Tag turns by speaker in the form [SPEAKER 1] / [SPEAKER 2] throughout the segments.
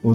[SPEAKER 1] 我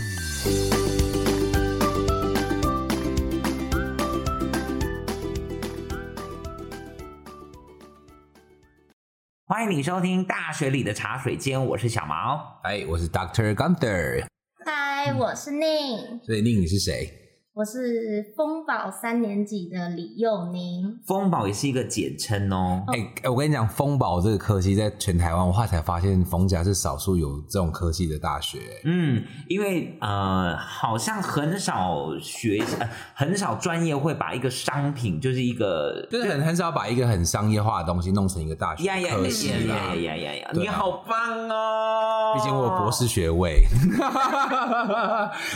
[SPEAKER 2] 欢迎你收听《大学里的茶水间》，我是小毛。
[SPEAKER 3] 哎，我是 Doctor Gunther，嗯
[SPEAKER 4] 嗨，我是宁，
[SPEAKER 3] 所以令你是谁？
[SPEAKER 4] 我是丰宝三年级的李佑宁。
[SPEAKER 2] 风宝也是一个简称哦。
[SPEAKER 3] 哎、哎我跟你讲，丰宝这个科系在全台湾，我后来才发现，逢甲是少数有这种科系的大学。
[SPEAKER 2] 嗯，因为呃，好像很少学、呃，很少专业会把一个商品，就是一个
[SPEAKER 3] 就是很很少把一个很商业化的东西弄成一个大学
[SPEAKER 2] 呀呀呀
[SPEAKER 3] 科系
[SPEAKER 2] 呀
[SPEAKER 3] 啦
[SPEAKER 2] 呀。呀呀呀！
[SPEAKER 3] 对啊
[SPEAKER 2] 你好棒哦！
[SPEAKER 3] 毕竟我有博士学位，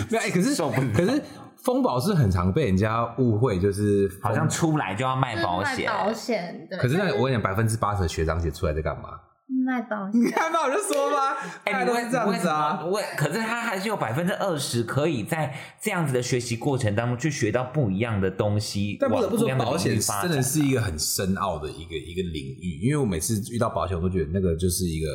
[SPEAKER 3] 没有哎、可是可是丰宝是很常被人家误会，就是丰
[SPEAKER 2] 好像出来就要嗯卖保
[SPEAKER 4] 就是
[SPEAKER 2] 险
[SPEAKER 4] 卖，保险的，
[SPEAKER 3] 可是那我跟你讲，百分之八十的学长姐出来在干嘛？
[SPEAKER 4] 卖保
[SPEAKER 3] 你
[SPEAKER 4] 险
[SPEAKER 3] 看吧，我就说吧，
[SPEAKER 2] 哎，
[SPEAKER 3] 大家
[SPEAKER 2] 你为
[SPEAKER 3] 都是这样子啊。
[SPEAKER 2] 为什么为可是他还是有百分之二十可以在这样子的学习过程当中去学到不一样的东西，
[SPEAKER 3] 但不得不说，
[SPEAKER 2] 往一样的
[SPEAKER 3] 保
[SPEAKER 2] 领
[SPEAKER 3] 险
[SPEAKER 2] 域发
[SPEAKER 3] 真的
[SPEAKER 2] 展
[SPEAKER 3] 是一个很深奥的一个一个领域，因为我每次遇到保险，我都觉得那个就是一个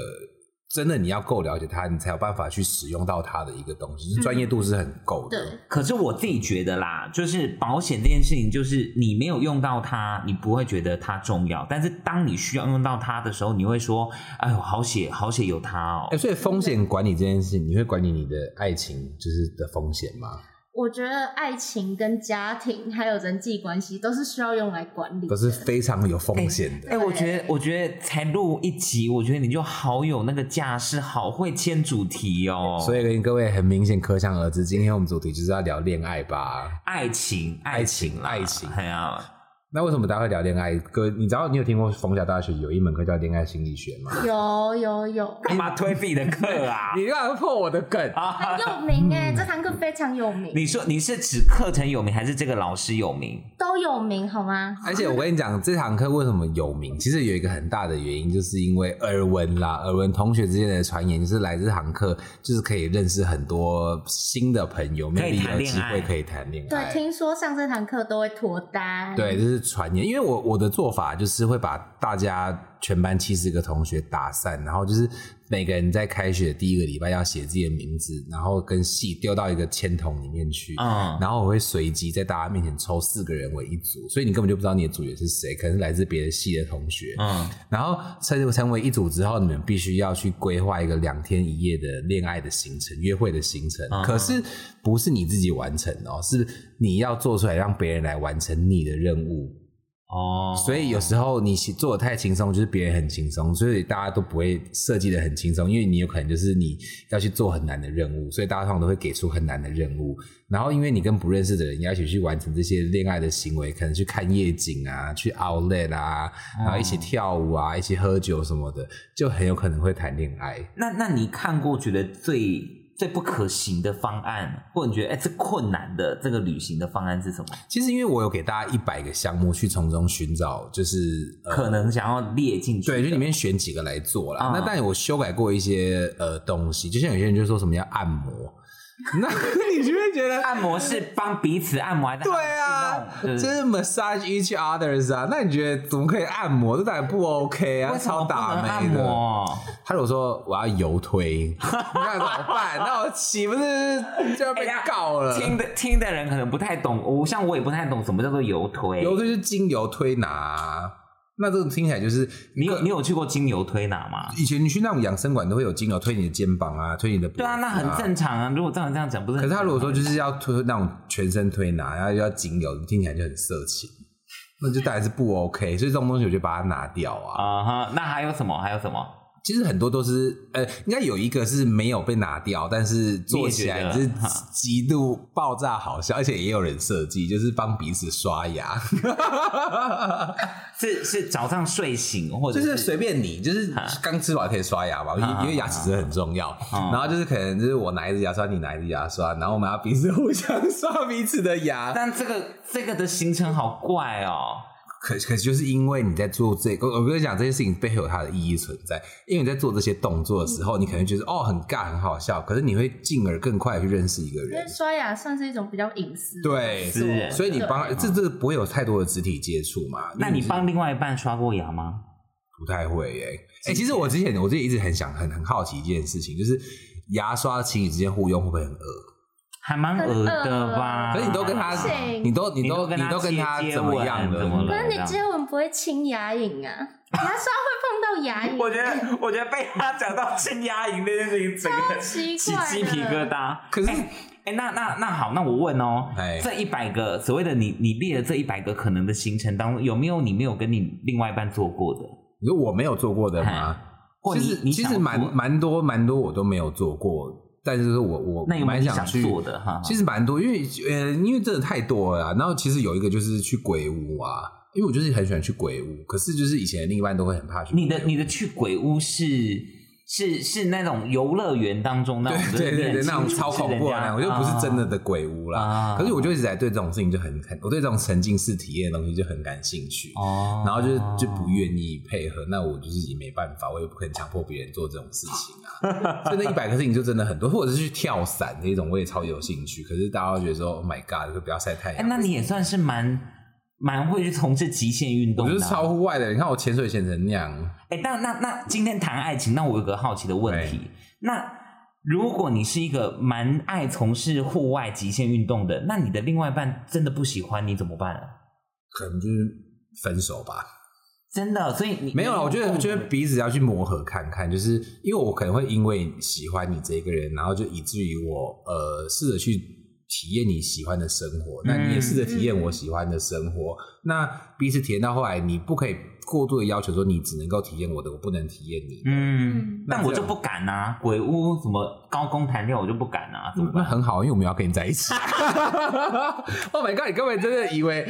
[SPEAKER 3] 真的你要够了解它，你才有办法去使用到它的一个东西，就是专业度是很够的。
[SPEAKER 4] 对
[SPEAKER 2] 可是我自己觉得啦，就是保险这件事情，就是你没有用到它，你不会觉得它重要。但是当你需要用到它的时候，你会说：“哎呦，好险，好险有它哦
[SPEAKER 3] 哎、。所以风险管理这件事情，你会管理你的爱情就是的风险吗？
[SPEAKER 4] 我觉得爱情、跟家庭还有人际关系都是需要用来管理
[SPEAKER 3] 都
[SPEAKER 4] 的。
[SPEAKER 3] 是非常有风险的。
[SPEAKER 2] 哎、我觉得，我觉得才录一集，我觉得你就好有那个架势，好会牵主题哦。
[SPEAKER 3] 所以跟各位很明显可想而知，今天我们主题就是要聊恋爱吧。
[SPEAKER 2] 爱情，
[SPEAKER 3] 爱
[SPEAKER 2] 爱
[SPEAKER 3] 情
[SPEAKER 2] 情啦，
[SPEAKER 3] 爱情
[SPEAKER 2] 哎呀，
[SPEAKER 3] 那为什么大家会聊恋爱？哥，你知道你有听过冯小大学有一门课叫恋爱心理学吗？
[SPEAKER 4] 有有有，
[SPEAKER 2] 干嘛推自己的课啊？
[SPEAKER 3] 你干嘛破我的梗？
[SPEAKER 2] 啊
[SPEAKER 4] 很有名
[SPEAKER 3] 嗯
[SPEAKER 4] 哎、这堂课非常有名，
[SPEAKER 2] 你说你是指课程有名，还是这个老师有名？
[SPEAKER 4] 都有名好吗？
[SPEAKER 3] 而且我跟你讲，这堂课为什么有名？其实有一个很大的原因，就是因为耳闻啦，耳闻同学之间的传言，就是来这堂课就是可以认识很多新的朋友
[SPEAKER 2] 可以
[SPEAKER 3] ，maybe
[SPEAKER 2] 谈
[SPEAKER 3] 有
[SPEAKER 2] 恋
[SPEAKER 3] 机
[SPEAKER 2] 爱
[SPEAKER 3] 会可以谈恋
[SPEAKER 4] 对，
[SPEAKER 3] 爱。
[SPEAKER 4] 听说上这堂课都会脱单。
[SPEAKER 3] 对，这是传言。因为我我的做法就是会把大家全班七十个同学打散，然后就是每个人在开学第一个礼拜要写自己的名字，然后跟系丢到一个铅筒里面去。
[SPEAKER 2] 嗯，
[SPEAKER 3] 然后我会随机在大家面前抽四个人为一组，所以你根本就不知道你的组员是谁，可能是来自别的系的同学。
[SPEAKER 2] 嗯，
[SPEAKER 3] 然后成成为一组之后，你们必须要去规划一个两天一夜的恋爱的行程、约会的行程。
[SPEAKER 2] 嗯
[SPEAKER 3] 可是不是你自己完成哦，是你要做出来让别人来完成你的任务。
[SPEAKER 2] 哦，
[SPEAKER 3] 所以有时候你做的太轻松，就是别人很轻松，所以大家都不会设计的很轻松，因为你有可能就是你要去做很难的任务，所以大家通常都会给出很难的任务。然后因为你跟不认识的人要一起去完成这些恋爱的行为，可能去看夜景啊，去 outlet 啊，然后一起跳舞啊，一起喝酒什么的，就很有可能会谈恋爱。
[SPEAKER 2] 那那你看过觉得最最不可行的方案，或者你觉得哎、这困难的这个旅行的方案是什么？
[SPEAKER 3] 其实因为我有给大家一百个项目去从中寻找，就是、呃
[SPEAKER 2] 可能想要列进去的，
[SPEAKER 3] 对，就里面选几个来做啦。
[SPEAKER 2] 啊
[SPEAKER 3] 那但我修改过一些呃东西，就像有些人就说什么要按摩，那 你就会 觉得
[SPEAKER 2] 按摩是帮彼此按摩，还是
[SPEAKER 3] 对啊，
[SPEAKER 2] 就
[SPEAKER 3] 就是是 massage each others 啊。那你觉得怎么可以按摩？这当然不 OK 啊，
[SPEAKER 2] 为什
[SPEAKER 3] 超
[SPEAKER 2] 么不能
[SPEAKER 3] 打
[SPEAKER 2] 按
[SPEAKER 3] 没的。
[SPEAKER 2] 摩？
[SPEAKER 3] 他如果说我要油推， 那怎么办？那我岂不是就要被
[SPEAKER 2] 哎呀
[SPEAKER 3] 告了？
[SPEAKER 2] 听的听的人可能不太懂，我像我也不太懂什么叫做油推。
[SPEAKER 3] 油推是精油推拿啊，那这种听起来就是
[SPEAKER 2] 你有你有去过精油推拿吗？
[SPEAKER 3] 以前你去那种养生馆都会有精油推你的肩膀啊，推你的脖子、
[SPEAKER 2] 对啊，那很正常啊。如果照你这样讲，不是
[SPEAKER 3] 可
[SPEAKER 2] 很正
[SPEAKER 3] 是他
[SPEAKER 2] 常吗？啊
[SPEAKER 3] 如果说就是要推那种全身推拿，然后又要精油，听起来就很色情，那就当然是不 OK。所以这种东西我就把它拿掉啊。
[SPEAKER 2] 啊哈，那还有什么？还有什么？
[SPEAKER 3] 其实很多都是呃，应该有一个是没有被拿掉，但是做起来
[SPEAKER 2] 你
[SPEAKER 3] 是
[SPEAKER 2] 也觉得
[SPEAKER 3] 极度爆炸好笑，而且也有人设计，就是帮彼此刷牙，
[SPEAKER 2] 是是早上睡醒， 或者
[SPEAKER 3] 就是随便你，就是刚吃饱可以刷牙嘛，因为
[SPEAKER 2] 啊
[SPEAKER 3] 因为牙齿真的很重要。
[SPEAKER 2] 啊
[SPEAKER 3] 然后就是可能就是我拿一支牙刷，你拿一支牙刷，然后我们要彼此互相刷彼此的牙。
[SPEAKER 2] 但这个这个的行程好怪哦，
[SPEAKER 3] 可可就是因为你在做这个，我我跟你讲这些事情背后有它的意义存在。因为你在做这些动作的时
[SPEAKER 2] 嗯
[SPEAKER 3] 候，你可能觉得哦很尬很好笑，可是你会进而更快地去认识一个
[SPEAKER 4] 因为
[SPEAKER 3] 人。
[SPEAKER 4] 刷牙算是一种比较隐私的
[SPEAKER 3] 对
[SPEAKER 4] 动作，
[SPEAKER 2] 私人
[SPEAKER 3] 所以你帮
[SPEAKER 4] 对
[SPEAKER 3] 这这个不会有太多的肢体接触嘛？
[SPEAKER 2] 那
[SPEAKER 3] 因为
[SPEAKER 2] 你
[SPEAKER 3] 是
[SPEAKER 2] 帮另外一半刷过牙吗？
[SPEAKER 3] 不太会耶、哎、其实我之前我自己一直很想很很好奇一件事情，就是牙刷情侣之间互用会不会很恶？
[SPEAKER 2] 还蛮恶的吧？
[SPEAKER 3] 可是你都跟他
[SPEAKER 4] 不，行
[SPEAKER 3] 你都你
[SPEAKER 2] 啊你
[SPEAKER 3] 都
[SPEAKER 2] 都跟他
[SPEAKER 3] 你都跟他
[SPEAKER 2] 接
[SPEAKER 3] 怎么嗯样
[SPEAKER 2] 接吻怎么
[SPEAKER 3] 了
[SPEAKER 2] 了？
[SPEAKER 4] 但是你接吻不会亲牙龈啊，牙刷会碰到 牙龈，啊
[SPEAKER 2] 我觉得，我觉得被他讲到 亲牙龈这件事情，整个
[SPEAKER 4] 奇
[SPEAKER 2] 起
[SPEAKER 4] 怪
[SPEAKER 2] 鸡皮疙
[SPEAKER 4] 的。
[SPEAKER 2] 瘩。
[SPEAKER 3] 可是
[SPEAKER 2] 哎、哎那那那好，那我问哦
[SPEAKER 3] 哎，
[SPEAKER 2] 这一百个所谓的你你列的这一百个可能的行程当中，有没有你没有跟你另外一半做过的？
[SPEAKER 3] 你说我没有做过的吗
[SPEAKER 2] 哎？或
[SPEAKER 3] 其
[SPEAKER 2] 你
[SPEAKER 3] 实
[SPEAKER 2] 你
[SPEAKER 3] 其
[SPEAKER 2] 想
[SPEAKER 3] 实
[SPEAKER 2] 做
[SPEAKER 3] 蛮蛮多蛮多我都没有做过，但是我我
[SPEAKER 2] 那有没有
[SPEAKER 3] 蛮
[SPEAKER 2] 你想
[SPEAKER 3] 去
[SPEAKER 2] 做的哈哈
[SPEAKER 3] 其实蛮多，因为呃因为真的太多了啦然后其实有一个就是去鬼屋啊，因为我就是很喜欢去鬼屋，可是就是以前的另一半都会很怕去鬼屋。
[SPEAKER 2] 你的 你的去鬼屋是是是那种游乐园当中那种
[SPEAKER 3] 对对对对，那种超恐怖的那种，我就不是真的的鬼屋啦。
[SPEAKER 2] 啊
[SPEAKER 3] 可是我就一直在对这种事情就很很，我对这种沉浸式体验的东西就很感兴趣。
[SPEAKER 2] 哦
[SPEAKER 3] 然后就是就不愿意配合，那我就是也没办法，我也不可能强迫别人做这种事情啊。所以那一百个事情就真的很多，或者是去跳伞这一种，我也超有兴趣。可是大家都觉得说，Oh my God，就不要晒太
[SPEAKER 2] 哎、
[SPEAKER 3] 阳。
[SPEAKER 2] 那你也算是蛮蛮会去从事极限运动
[SPEAKER 3] 我
[SPEAKER 2] 的、啊，
[SPEAKER 3] 就是超户外的，你看我潜水潜成那样，
[SPEAKER 2] 哎、那那那今天谈爱情，那我有个好奇的
[SPEAKER 3] 哎
[SPEAKER 2] 问题，那如果你是一个蛮爱从事户外极限运动的，那你的另外一半真的不喜欢你怎么办、啊？
[SPEAKER 3] 可能就是分手吧。
[SPEAKER 2] 真的，所以你
[SPEAKER 3] 没有啊啦，我觉得我觉得
[SPEAKER 2] 共同
[SPEAKER 3] 彼此要去磨合看看，就是因为我可能会因为喜欢你这个人，然后就以至于我呃试着去体验你喜欢的生活，
[SPEAKER 2] 嗯
[SPEAKER 3] 那你也试着体验我喜欢的生活。那彼此体验到后来，你不可以过度的要求说你只能够体验我的，我不能体验你的。
[SPEAKER 2] 嗯，
[SPEAKER 4] 嗯，
[SPEAKER 3] 那
[SPEAKER 2] 但我
[SPEAKER 3] 这
[SPEAKER 2] 就
[SPEAKER 3] 样
[SPEAKER 2] 不敢啊，鬼屋什么高空弹跳我就不敢 啊，怎么
[SPEAKER 3] 那
[SPEAKER 2] 办？
[SPEAKER 3] 很好，因为我们要跟你在 一起。oh my god！你根本真的以为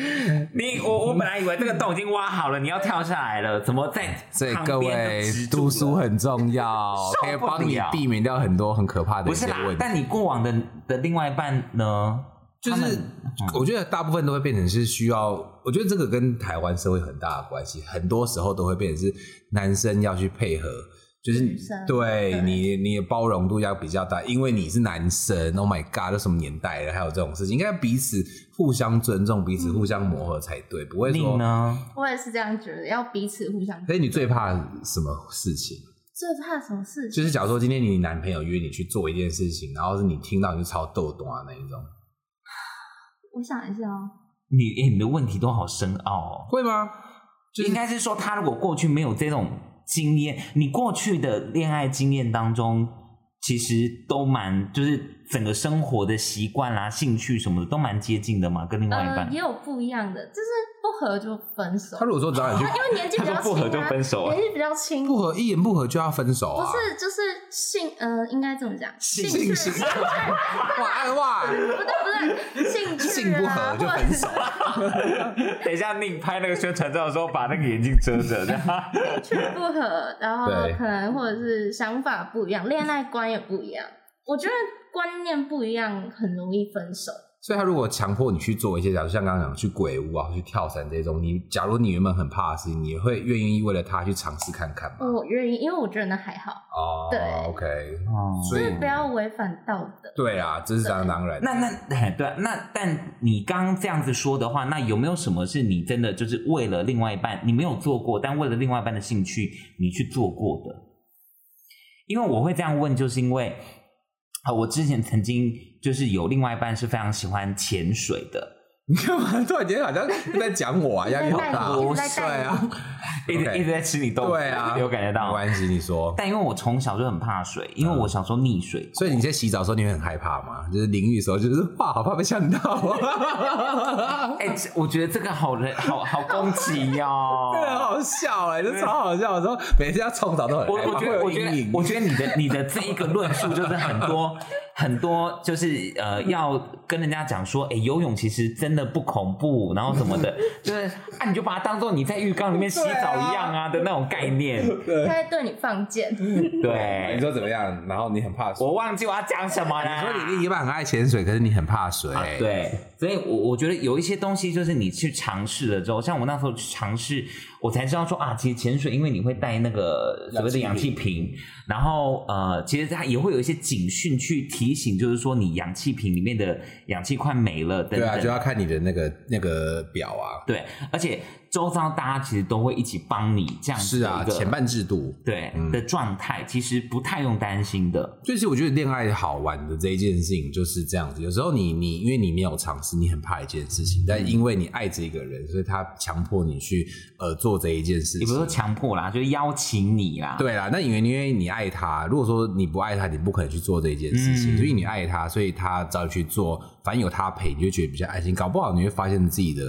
[SPEAKER 2] 你我我本来以为这个洞已经挖好了，你要跳下来了，怎么在
[SPEAKER 3] 所以
[SPEAKER 2] 旁
[SPEAKER 3] 各
[SPEAKER 2] 边就
[SPEAKER 3] 位
[SPEAKER 2] 止住
[SPEAKER 3] 读
[SPEAKER 2] 了
[SPEAKER 3] 书很重要，
[SPEAKER 2] 受
[SPEAKER 3] 可以
[SPEAKER 2] 不
[SPEAKER 3] 帮你
[SPEAKER 2] 了
[SPEAKER 3] 避免掉很多很可怕的
[SPEAKER 2] 不
[SPEAKER 3] 一
[SPEAKER 2] 是
[SPEAKER 3] 些
[SPEAKER 2] 啦
[SPEAKER 3] 问？题。
[SPEAKER 2] 但你过往的的另外一半呢？
[SPEAKER 3] 就
[SPEAKER 2] 他们嗯
[SPEAKER 3] 是我觉得大部分都会变成是需要，我觉得这个跟台湾社会很大的关系，很多时候都会变成是男生要去配合，就是
[SPEAKER 4] 女生
[SPEAKER 3] 对
[SPEAKER 4] 对
[SPEAKER 3] 你你的包容度要比较大，因为你是男生，Oh my God，都什么年代了，还有这种事情，应该彼此互相尊重，彼此互相磨合才对，不会
[SPEAKER 2] 嗯你
[SPEAKER 3] 说。
[SPEAKER 2] 呢？
[SPEAKER 4] 我也是这样觉得，要彼此互相。
[SPEAKER 3] 所以你最怕什么事情？
[SPEAKER 4] 最怕什么事情？
[SPEAKER 3] 就是假如说今天你男朋友约你去做一件事情，然后是你听到你就超豆懂啊那一种，
[SPEAKER 4] 我想一下哦，
[SPEAKER 2] 你、诶你的问题都好深奥哦。
[SPEAKER 3] 会吗？就是
[SPEAKER 2] 应该是说，他如果过去没有这种经验，你过去的恋爱经验当中，其实都蛮就是整个生活的习惯啦、兴趣什么的都蛮接近的嘛，跟另外一
[SPEAKER 4] 呃，
[SPEAKER 2] 半。
[SPEAKER 4] 也有不一样的，就是不合就分手
[SPEAKER 3] 他。如果说找你去
[SPEAKER 4] 因为年纪比较
[SPEAKER 2] 他说
[SPEAKER 4] 轻
[SPEAKER 2] 不合就
[SPEAKER 4] 啊，
[SPEAKER 2] 分手啊
[SPEAKER 4] 年纪比较轻，
[SPEAKER 3] 不合，一言不合就要分手
[SPEAKER 4] 不
[SPEAKER 3] 啊？
[SPEAKER 4] 是就是性，呃，应该怎么讲？
[SPEAKER 2] 性
[SPEAKER 4] 趣，
[SPEAKER 3] 性性
[SPEAKER 4] 兴趣，
[SPEAKER 3] 哇哇！
[SPEAKER 4] 不对不对，兴
[SPEAKER 3] 性
[SPEAKER 4] 趣
[SPEAKER 3] 不合
[SPEAKER 4] 啊
[SPEAKER 3] 就分手，
[SPEAKER 2] 等一下，你拍那个宣传照的时候，把那个眼镜遮着，这样。
[SPEAKER 4] 或者是不合，然后
[SPEAKER 3] 对
[SPEAKER 4] 可能或者是想法不一样，恋爱观也不一样。我觉得观念不一样很容易分手。
[SPEAKER 3] 所以他如果强迫你去做一些，假如像刚刚讲去鬼屋啊、去跳伞这种，你假如你原本很怕的事情，你会愿意为了他去尝试看看吗？
[SPEAKER 4] 哦我愿意，因为我觉得那还好，
[SPEAKER 3] 哦，
[SPEAKER 4] 嗯对
[SPEAKER 3] ，OK，
[SPEAKER 2] 哦
[SPEAKER 3] 所以
[SPEAKER 4] 不要违反道德。
[SPEAKER 3] 对啊，这是当当然。
[SPEAKER 2] 那那哎对啊、那但你刚刚这样子说的话，那有没有什么是你真的就是为了另外一半你没有做过，但为了另外一半的兴趣你去做过的？因为我会这样问，就是因为啊，我之前曾经就是有另外一半是非常喜欢潜水的，
[SPEAKER 3] 你干嘛突然间好像在讲我啊？压力好大啊，
[SPEAKER 4] 一直在带
[SPEAKER 3] 对啊，
[SPEAKER 2] 一直
[SPEAKER 3] OK
[SPEAKER 2] 一直在吃你豆腐，
[SPEAKER 3] 对啊，
[SPEAKER 2] 有感觉
[SPEAKER 3] 没
[SPEAKER 2] 到。
[SPEAKER 3] 关系，你说。
[SPEAKER 2] 但因为我从小就很怕水，因
[SPEAKER 3] 嗯
[SPEAKER 2] 为我小时候溺水，
[SPEAKER 3] 所以你在洗澡的时候，你会很害怕吗？就是淋浴的时候，就是哇，好怕被呛到啊。
[SPEAKER 2] 哎、这我觉得这个好人好好攻击哦哟、
[SPEAKER 3] 真的很好笑哎、这超好笑！我说每次要冲澡都很
[SPEAKER 2] 我
[SPEAKER 3] 害怕
[SPEAKER 2] 我觉
[SPEAKER 3] 哎
[SPEAKER 2] 得，我
[SPEAKER 3] 会有
[SPEAKER 2] 觉
[SPEAKER 3] 阴
[SPEAKER 2] 得
[SPEAKER 3] 影，
[SPEAKER 2] 我觉得你 的你的这一个论述 就是很多很多，就是呃，要跟人家讲说，哎、游泳其实真的不恐怖，然后什么 的，就是啊，你就把它当做你在浴缸里面洗澡一样啊的那种概 念。
[SPEAKER 4] 他在对你放箭，
[SPEAKER 2] 对，
[SPEAKER 3] 哎你说怎么样？然后你很怕水，
[SPEAKER 2] 我忘记我要讲什么了。
[SPEAKER 3] 你说你另一半很爱潜水，可是你很怕水，
[SPEAKER 2] 啊，对，所以我我觉得有一些东西就是你去尝试了之后，像我那时候去尝试，我才知道说啊，其实潜水因为你会带那个所谓的氧气瓶，然后呃，其实它也会有一些警讯去提醒，就是说你氧气瓶里面的氧气快没了等
[SPEAKER 3] 对
[SPEAKER 2] 等。
[SPEAKER 3] 啊，就要看你的那个那个表啊。
[SPEAKER 2] 对而且周遭大家其实都会一起帮你这样子
[SPEAKER 3] 是
[SPEAKER 2] 的
[SPEAKER 3] 啊，
[SPEAKER 2] 一个
[SPEAKER 3] 前半制度。
[SPEAKER 2] 对、
[SPEAKER 3] 嗯
[SPEAKER 2] 的状态，其实不太用担心的。
[SPEAKER 3] 就是我觉得恋爱好玩的这一件事情就是这样子。有时候你你因为你没有尝试，你很怕一件事情，但因为你爱这个人，所以他强迫你去呃做这一件事
[SPEAKER 2] 也不是说
[SPEAKER 3] 情。
[SPEAKER 2] 强迫啦，就是邀请你啦。
[SPEAKER 3] 对啦，那因为因为你爱他，如果说你不爱他，你不可能去做这一件事情。
[SPEAKER 2] 嗯
[SPEAKER 3] 所以你爱他，所以他找你去做，反正有他陪，你就觉得比较安心。搞不好你会发现自己的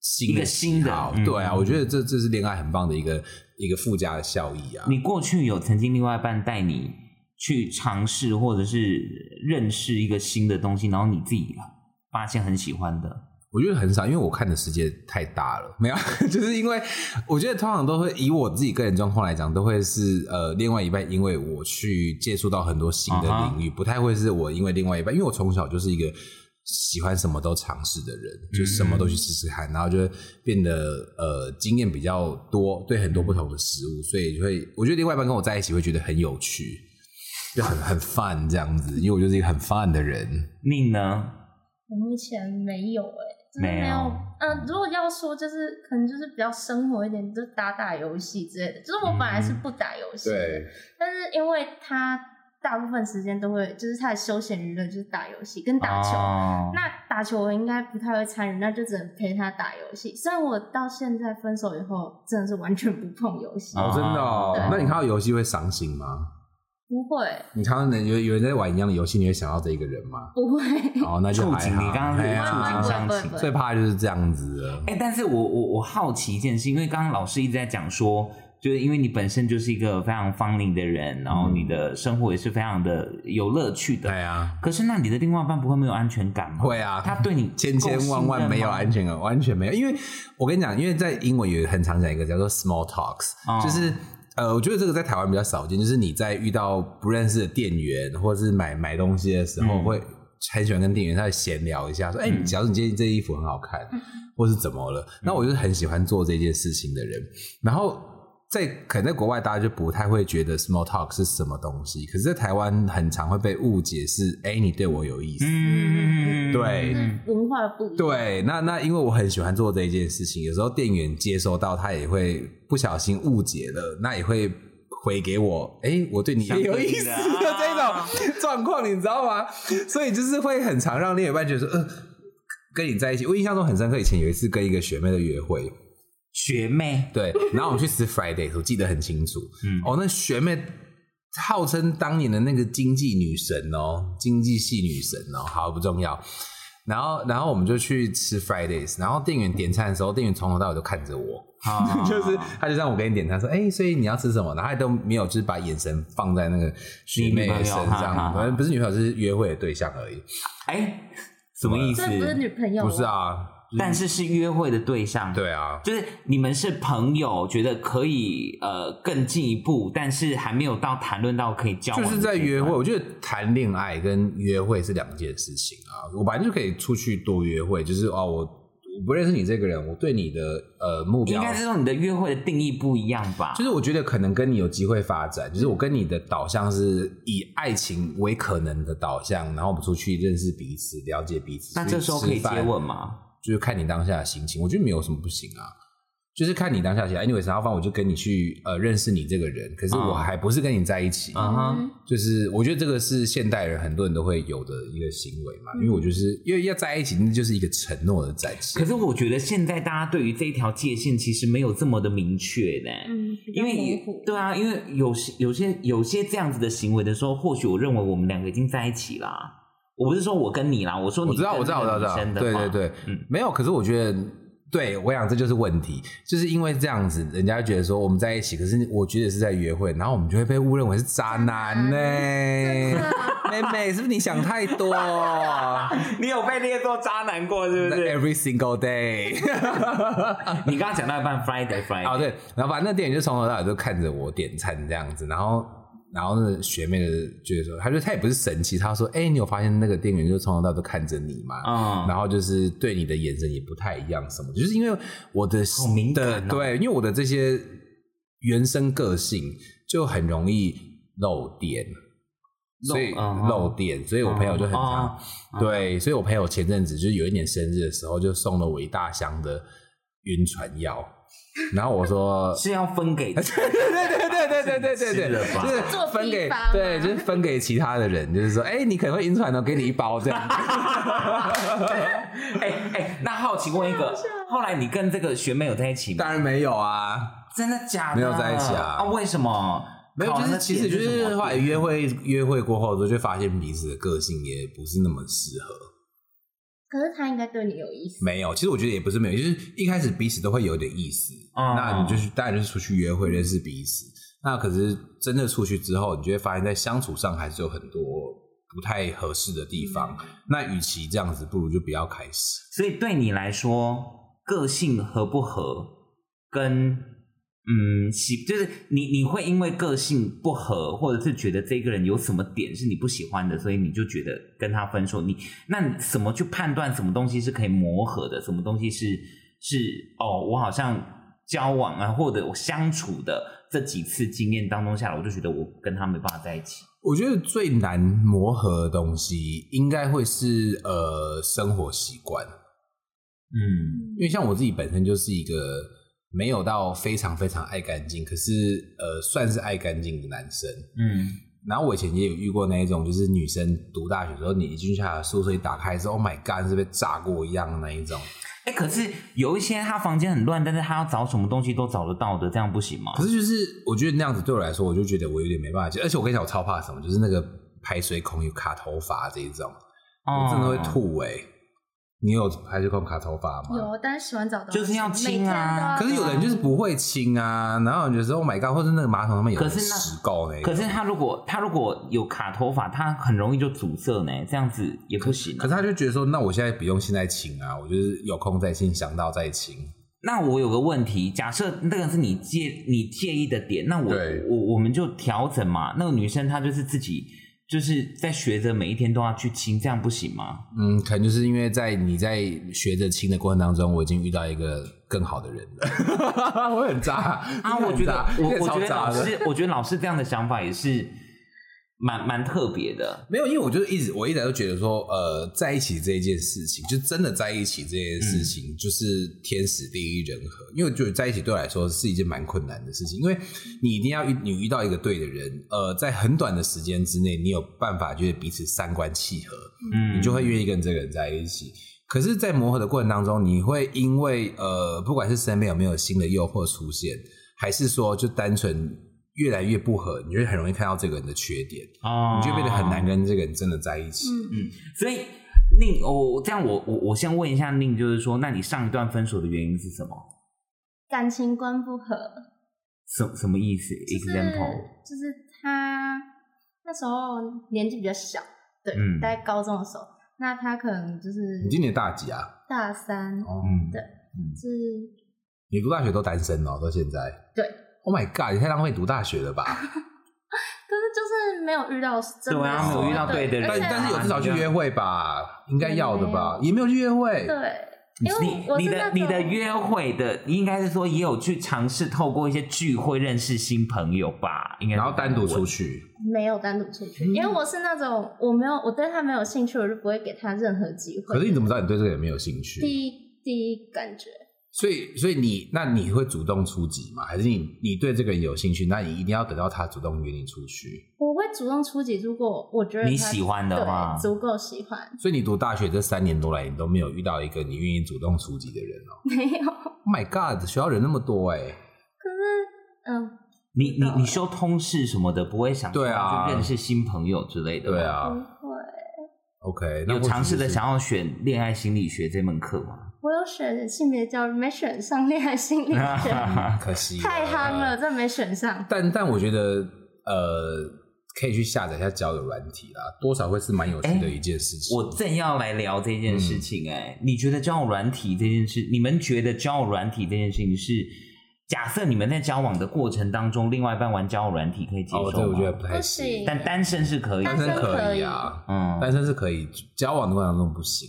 [SPEAKER 3] 新
[SPEAKER 2] 一个新的
[SPEAKER 3] 喜好
[SPEAKER 2] 嗯
[SPEAKER 3] 对啊，我觉得这这是恋爱很棒的一个一个附加的效益啊。
[SPEAKER 2] 你过去有曾经另外一半带你去尝试或者是认识一个新的东西，然后你自己发现很喜欢的，
[SPEAKER 3] 我觉得很少，因为我看的世界太大了。没有， 就是因为我觉得通常都会以我自己个人状况来讲，都会是呃，另外一半因为我去接触到很多新的领域不太会是我因为另外一半，因为我从小就是一个喜欢什么都尝试的人，就是什么都去试试看，然后就变得呃经验比较多，对很多不同的食物，所以就会我觉得另外一半跟我在一起会觉得很有趣，就很很 fun 这样子，因为我就是一个很 fun 的人。
[SPEAKER 2] 你呢？
[SPEAKER 4] 我目前没有哎、真的
[SPEAKER 2] 没
[SPEAKER 4] 没
[SPEAKER 2] 有
[SPEAKER 4] 有。呃，如果要说就是可能就是比较生活一点，就是打打游戏之类的。就是我本来是
[SPEAKER 2] 嗯
[SPEAKER 4] 不打游戏的，但是因为他大部分时间都会，就是他的休闲娱乐就是打游戏跟打球。
[SPEAKER 2] 哦
[SPEAKER 4] 那打球我应该不太会参与，那就只能陪他打游戏。虽然我到现在分手以后，真的是完全不碰游戏，
[SPEAKER 3] 哦，真的哦
[SPEAKER 4] 对。
[SPEAKER 3] 那你看到游戏会伤心吗？
[SPEAKER 4] 不会，
[SPEAKER 3] 你看到人有有人在玩一样的游戏，你会想到这一个人吗？
[SPEAKER 4] 不会。
[SPEAKER 3] 哦，那就
[SPEAKER 2] 哎触
[SPEAKER 3] 还
[SPEAKER 2] 景，
[SPEAKER 3] 好
[SPEAKER 2] 你刚刚
[SPEAKER 3] 哎
[SPEAKER 2] 是
[SPEAKER 3] 呀
[SPEAKER 4] 触
[SPEAKER 2] 触景
[SPEAKER 4] 景
[SPEAKER 2] 伤
[SPEAKER 4] 伤
[SPEAKER 2] 情
[SPEAKER 4] 情。
[SPEAKER 3] 最怕就是这样子了。
[SPEAKER 2] 哎、但是我我我好奇一件事，因为刚刚老师一直在讲说，就是因为你本身就是一个非常方龄的人，然后你的生活也是非常的有乐趣的。
[SPEAKER 3] 嗯对啊，
[SPEAKER 2] 可是那你的另外一半不会没有安全感吗？
[SPEAKER 3] 会啊
[SPEAKER 2] 他对你
[SPEAKER 3] 千千万万没有安全感，完全没有。因为我跟你讲，因为在英文有很常讲一个叫做 small talks，、
[SPEAKER 2] 哦
[SPEAKER 3] 就是。呃，我觉得这个在台湾比较少见，就是你在遇到不认识的店员或者是买买东西的时候，
[SPEAKER 2] 嗯
[SPEAKER 3] 会很喜欢跟店员再闲聊一下，说：“哎、
[SPEAKER 2] 嗯
[SPEAKER 3] 假如你今天这衣服很好看，
[SPEAKER 4] 嗯
[SPEAKER 3] 或是怎么了？”那我就是很喜欢做这件事情的人。然后在可能在国外，大家就不太会觉得 small talk 是什么东西，可是，在台湾很常会被误解是：“哎、你对我有意思。
[SPEAKER 2] 嗯，嗯，嗯嗯嗯
[SPEAKER 3] 对
[SPEAKER 2] 嗯
[SPEAKER 4] 文化不一样，
[SPEAKER 3] 对，那那因为我很喜欢做这一件事情，有时候店员接收到，他也会不小心误解了，那也会回给我，哎、我对你
[SPEAKER 2] 想
[SPEAKER 3] 也有意
[SPEAKER 2] 对你
[SPEAKER 3] 思
[SPEAKER 2] 的
[SPEAKER 3] 的
[SPEAKER 2] 啊
[SPEAKER 3] 这种 状况，你知道吗？所以就是会很常让另一半觉得说，呃，跟你在一起，我印象中很深刻，以前有一次跟一个学妹的约会，
[SPEAKER 2] 学妹，
[SPEAKER 3] 对，然后我们去吃 Friday，我记得很清楚。
[SPEAKER 2] 嗯
[SPEAKER 3] 哦，那学妹号称当年的那个经济女神哦，经济系女神哦，好不重要。然后，然后我们就去吃 Fridays，然后店员点餐的时候，店员从头到尾都看着我，
[SPEAKER 2] 啊
[SPEAKER 3] 就是他就让我给你点餐，说，哎、所以你要吃什么？然后他都没有就是把眼神放在那个学妹的
[SPEAKER 2] 你女
[SPEAKER 3] 身
[SPEAKER 2] 朋友哈哈
[SPEAKER 3] 上，
[SPEAKER 2] 哈
[SPEAKER 3] 反正不是女朋友，就是约会的对象而已，
[SPEAKER 2] 哎，什么意思
[SPEAKER 4] 这？不是女朋友，
[SPEAKER 3] 不是，啊，就是
[SPEAKER 2] 但是是约会的对象，，
[SPEAKER 3] 对啊，
[SPEAKER 2] 就是你们是朋友，觉得可以呃更进一步，但是还没有到谈论到可以交往，
[SPEAKER 3] 就是在约会，。我觉得谈恋爱跟约会是两件事情啊。我本来就可以出去多约会，就是哦，我我不认识你这个人，我对你的呃目
[SPEAKER 2] 应
[SPEAKER 3] 标，
[SPEAKER 2] 该是说你的约会的定义不一样吧？
[SPEAKER 3] 就是我觉得可能跟你有机会发展，就是我跟你的导向是以爱情为可能的导向，然后我们出去认识彼此，了解彼此。
[SPEAKER 2] 那这时候可以
[SPEAKER 3] 吃饭
[SPEAKER 2] 接吻吗？
[SPEAKER 3] 就是看你当下的心情，我觉得没有什么不行啊。就是看你当下的心情，anyways，然后反正我就跟你去呃认识你这个人，可是我
[SPEAKER 2] 嗯
[SPEAKER 3] 还不是跟你在一起，
[SPEAKER 2] 嗯哼
[SPEAKER 4] 嗯，
[SPEAKER 3] 就是我觉得这个是现代人很多人都会有的一个行为嘛，因为我就是因为要在一起，那就是一个承诺的展
[SPEAKER 2] 嗯可
[SPEAKER 3] 现。
[SPEAKER 2] 是我觉得现在大家对于这一条界限其实没有这么的明确呢。
[SPEAKER 4] 嗯，比较
[SPEAKER 2] 因为
[SPEAKER 4] 模糊
[SPEAKER 2] 对啊，因为有些有些有些这样子的行为的时候，或许我认为我们两个已经在一起啦。我不是说我跟你啦，我说你
[SPEAKER 3] 我知道，我知道，我知道，我知道
[SPEAKER 2] 跟那个
[SPEAKER 3] 对
[SPEAKER 2] 女生
[SPEAKER 3] 对
[SPEAKER 2] 的
[SPEAKER 3] 对，
[SPEAKER 2] 嗯
[SPEAKER 3] 没有。可是我觉得，对我想这就是问题，就是因为这样子，人家觉得说我们在一起，可是我觉得是在约会，然后我们就会被误认为是渣男呢、
[SPEAKER 4] 真的
[SPEAKER 3] 欸妹妹，是不是你想太 多
[SPEAKER 2] 你有被列作渣男过是不是？
[SPEAKER 3] ？Every single day
[SPEAKER 2] 你刚刚讲到一半，Friday Friday，
[SPEAKER 3] 哎哦，对，然后反正那店员就从头到尾都看着我点餐这样子，然后然后那个学妹的就是说，她就她也不是神奇，她说，哎、你有发现那个店员就从头到尾都看着你吗？
[SPEAKER 2] 嗯，
[SPEAKER 3] 然后就是对你的眼神也不太一样，什么，就是因为我的
[SPEAKER 2] 好敏感
[SPEAKER 3] 的
[SPEAKER 2] 哦
[SPEAKER 3] 对，因为我的这些原生个性就很容易漏电，所以
[SPEAKER 2] 嗯嗯
[SPEAKER 3] 漏嗯电，所以我朋友就很常
[SPEAKER 2] 哦
[SPEAKER 3] 对，所以我朋友前阵子就是有一年生日的时候，就送了我一大箱的晕船药，然后我说
[SPEAKER 2] 是要分给
[SPEAKER 3] 对对对对对对对
[SPEAKER 2] 了
[SPEAKER 3] 对，
[SPEAKER 2] 吧
[SPEAKER 3] 就是
[SPEAKER 4] 做
[SPEAKER 3] 分给
[SPEAKER 4] 批发吗
[SPEAKER 3] 对，就是分给其他的人，就是说，哎、你可能会晕船哦，给你一包这样。
[SPEAKER 2] 哎哎，那好奇问一个，后来你跟这个学妹有在一起吗？
[SPEAKER 3] 当然没有啊，
[SPEAKER 2] 真的假的？
[SPEAKER 3] 没有在一起啊
[SPEAKER 2] 啊，为什么？
[SPEAKER 3] 没有，
[SPEAKER 2] 考
[SPEAKER 3] 就
[SPEAKER 2] 完
[SPEAKER 3] 是
[SPEAKER 2] 了
[SPEAKER 3] 其实
[SPEAKER 2] 点
[SPEAKER 3] 就是
[SPEAKER 2] 什
[SPEAKER 3] 是
[SPEAKER 2] 么啊
[SPEAKER 3] 后来约会约会过后，就就发现彼此的个性也不是那么适合。
[SPEAKER 4] 可是他应该对你有意思，
[SPEAKER 3] 没有，其实我觉得也不是没有，就是一开始彼此都会有点意思，
[SPEAKER 2] 哦
[SPEAKER 3] 那你就是当然就是出去约会认识彼此。那可是真的出去之后，你就会发现在相处上还是有很多不太合适的地方。
[SPEAKER 2] 嗯
[SPEAKER 3] 那与其这样子，不如就不要开始。
[SPEAKER 2] 所以对你来说，个性合不合跟。嗯，喜就是你，你会因为个性不合，或者是觉得这个人有什么点是你不喜欢的，所以你就觉得跟他分手。你那你怎么去判断什么东西是可以磨合的，什么东西是是哦，我好像交往啊，或者我相处的这几次经验当中下来，我就觉得我跟他没办法在一起。
[SPEAKER 3] 我觉得最难磨合的东西，应该会是呃生活习惯。
[SPEAKER 2] 嗯
[SPEAKER 3] 因为像我自己本身就是一个没有到非常非常爱干净，可是呃算是爱干净的男生。
[SPEAKER 2] 嗯，
[SPEAKER 3] 然后我以前也有遇过那一种，就是女生读大学的时候，你一进去她的宿舍一打开之后，Oh my God，是被炸过一样的那一种。
[SPEAKER 2] 哎、可是有一些他房间很乱，但是他要找什么东西都找得到的，这样不行吗？
[SPEAKER 3] 可是就是我觉得那样子对我来说，我就觉得我有点没办法接受。而且我跟你讲，我超怕什么，就是那个排水孔有卡头发这一种，我真的会
[SPEAKER 2] 哦。
[SPEAKER 3] 吐哎、你有排水孔卡头发吗？
[SPEAKER 4] 有，啊但是洗完澡都
[SPEAKER 2] 就是要亲啊
[SPEAKER 3] 啊可是有的人就是不会清啊，然后你就说 Oh my god，或者那个马桶上面有
[SPEAKER 2] 可是那
[SPEAKER 3] 石膏呢？
[SPEAKER 2] 可是他如果他如果有卡头发，他很容易就阻塞呢，这样子也不行、啊。
[SPEAKER 3] 可是他就觉得说，那我现在不用现在清啊，我就是有空再清，想到再清。
[SPEAKER 2] 那我有个问题，假设那个是你介你介意的点，那我
[SPEAKER 3] 对
[SPEAKER 2] 我我们就调整嘛。那个女生她就是自己就是在学着每一天都要去清，这样不行吗？
[SPEAKER 3] 嗯，可能就是因为在你在学着清的过程当中，我已经遇到一个更好的人了。 我很渣
[SPEAKER 2] 啊，
[SPEAKER 3] 啊
[SPEAKER 2] 我觉得我我觉得老
[SPEAKER 3] 的。
[SPEAKER 2] 师，我觉得老师这样的想法也是蛮蛮特别的。
[SPEAKER 3] 没有，因为我就一直我一直都觉得说，呃，在一起这一件事情，就真的在一起这件事情，就是天时地利人和。因为我觉得在一起对我来说是一件蛮困难的事情，因为你一定要遇你遇到一个对的人，呃，在很短的时间之内，你有办法就是彼此三观契合，
[SPEAKER 2] 嗯
[SPEAKER 3] 你就会愿意跟这个人在一起。可是，在磨合的过程当中，你会因为呃，不管是身边有没有新的诱惑出现，还是说就单纯越来越不合，你就会很容易看到这个人的缺点。
[SPEAKER 2] 哦
[SPEAKER 3] 你就变得很难。跟这个人真的在一起。
[SPEAKER 4] 嗯，
[SPEAKER 2] 所以宁，我、这样我我我先问一下宁，就是说，那你上一段分手的原因是什么？
[SPEAKER 4] 感情观不合。
[SPEAKER 2] 什什么意思
[SPEAKER 4] 就是
[SPEAKER 2] ？example，
[SPEAKER 4] 就是他那时候年纪比较小，对，
[SPEAKER 2] 嗯
[SPEAKER 4] 大概高中的时候，那他可能就是
[SPEAKER 3] 你今年大几啊？
[SPEAKER 4] 大三，
[SPEAKER 3] 哦，
[SPEAKER 2] 嗯
[SPEAKER 4] 对是
[SPEAKER 3] 你读大学都单身哦，到现在。
[SPEAKER 4] 对
[SPEAKER 3] ，Oh my god，你太浪费读大学了 吧？
[SPEAKER 4] 可是就是没有遇到真的
[SPEAKER 2] 对啊
[SPEAKER 4] 喜欢
[SPEAKER 3] 没有遇到
[SPEAKER 2] 对的人
[SPEAKER 3] 但
[SPEAKER 4] 而且
[SPEAKER 3] 但是有至少去约会吧，应该要的吧？
[SPEAKER 4] 没有
[SPEAKER 3] 也没有去约会。
[SPEAKER 4] 对，
[SPEAKER 2] 你
[SPEAKER 4] 因为我
[SPEAKER 2] 你
[SPEAKER 4] 是
[SPEAKER 2] 的
[SPEAKER 4] 那
[SPEAKER 2] 你的
[SPEAKER 4] 种
[SPEAKER 2] 约会的，应该是说也有去尝试透过一些聚会认识新朋友吧？应该是
[SPEAKER 3] 然后单独
[SPEAKER 2] 这样
[SPEAKER 3] 出
[SPEAKER 2] 问。
[SPEAKER 3] 去，
[SPEAKER 4] 没有单独出去，
[SPEAKER 3] 嗯
[SPEAKER 4] 因为我是那种我没有我对他没有兴趣，我就不会给他任何机会。
[SPEAKER 3] 可是你怎么知道你对这个人没有兴趣？
[SPEAKER 4] 第一第一感觉
[SPEAKER 3] 所以，所以你那你会主动出击吗？还是你你对这个人有兴趣，那你一定要等到他主动约你出去？
[SPEAKER 4] 我会主动出击，如果我觉得
[SPEAKER 2] 你
[SPEAKER 4] 他
[SPEAKER 2] 喜欢的
[SPEAKER 4] 对
[SPEAKER 2] 话
[SPEAKER 4] 足够喜欢，
[SPEAKER 3] 所以你读大学这三年多来，你都没有遇到一个你愿意主动出击的人哦。
[SPEAKER 4] 没有。
[SPEAKER 3] Oh my god，学校人那么多哎、
[SPEAKER 4] 可是嗯，
[SPEAKER 2] 你你你修通识什么的，不会想
[SPEAKER 3] 对啊
[SPEAKER 2] 就认识新朋友之类的。
[SPEAKER 3] 对，
[SPEAKER 4] 不
[SPEAKER 3] 啊，
[SPEAKER 4] 会。
[SPEAKER 3] OK，那
[SPEAKER 2] 有
[SPEAKER 3] 或许
[SPEAKER 2] 尝试的
[SPEAKER 3] 就是
[SPEAKER 2] 想要选恋爱心理学这门课吗？
[SPEAKER 4] 我有选性别教育，没选上恋爱心理 学，
[SPEAKER 3] 嗯可惜啊
[SPEAKER 4] 太夯了，。真没选上。
[SPEAKER 3] 但但我觉得，呃，可以去下载一下交友软体啦，多少会是蛮有趣的一件事情。
[SPEAKER 2] 我正要来聊这件
[SPEAKER 3] 嗯
[SPEAKER 2] 事情、哎、你觉得交友软体这件事，你们觉得交友软体这件事情是，假设你们在交往的过程当中，另外一半玩交友软体可以接受吗？
[SPEAKER 3] 哦，这我觉得不太
[SPEAKER 4] 不
[SPEAKER 3] 行。
[SPEAKER 4] 行，
[SPEAKER 2] 但单身是可以的，
[SPEAKER 3] 单身可以啊，
[SPEAKER 2] 嗯，
[SPEAKER 3] 单身是可以，交往的过程当中不行，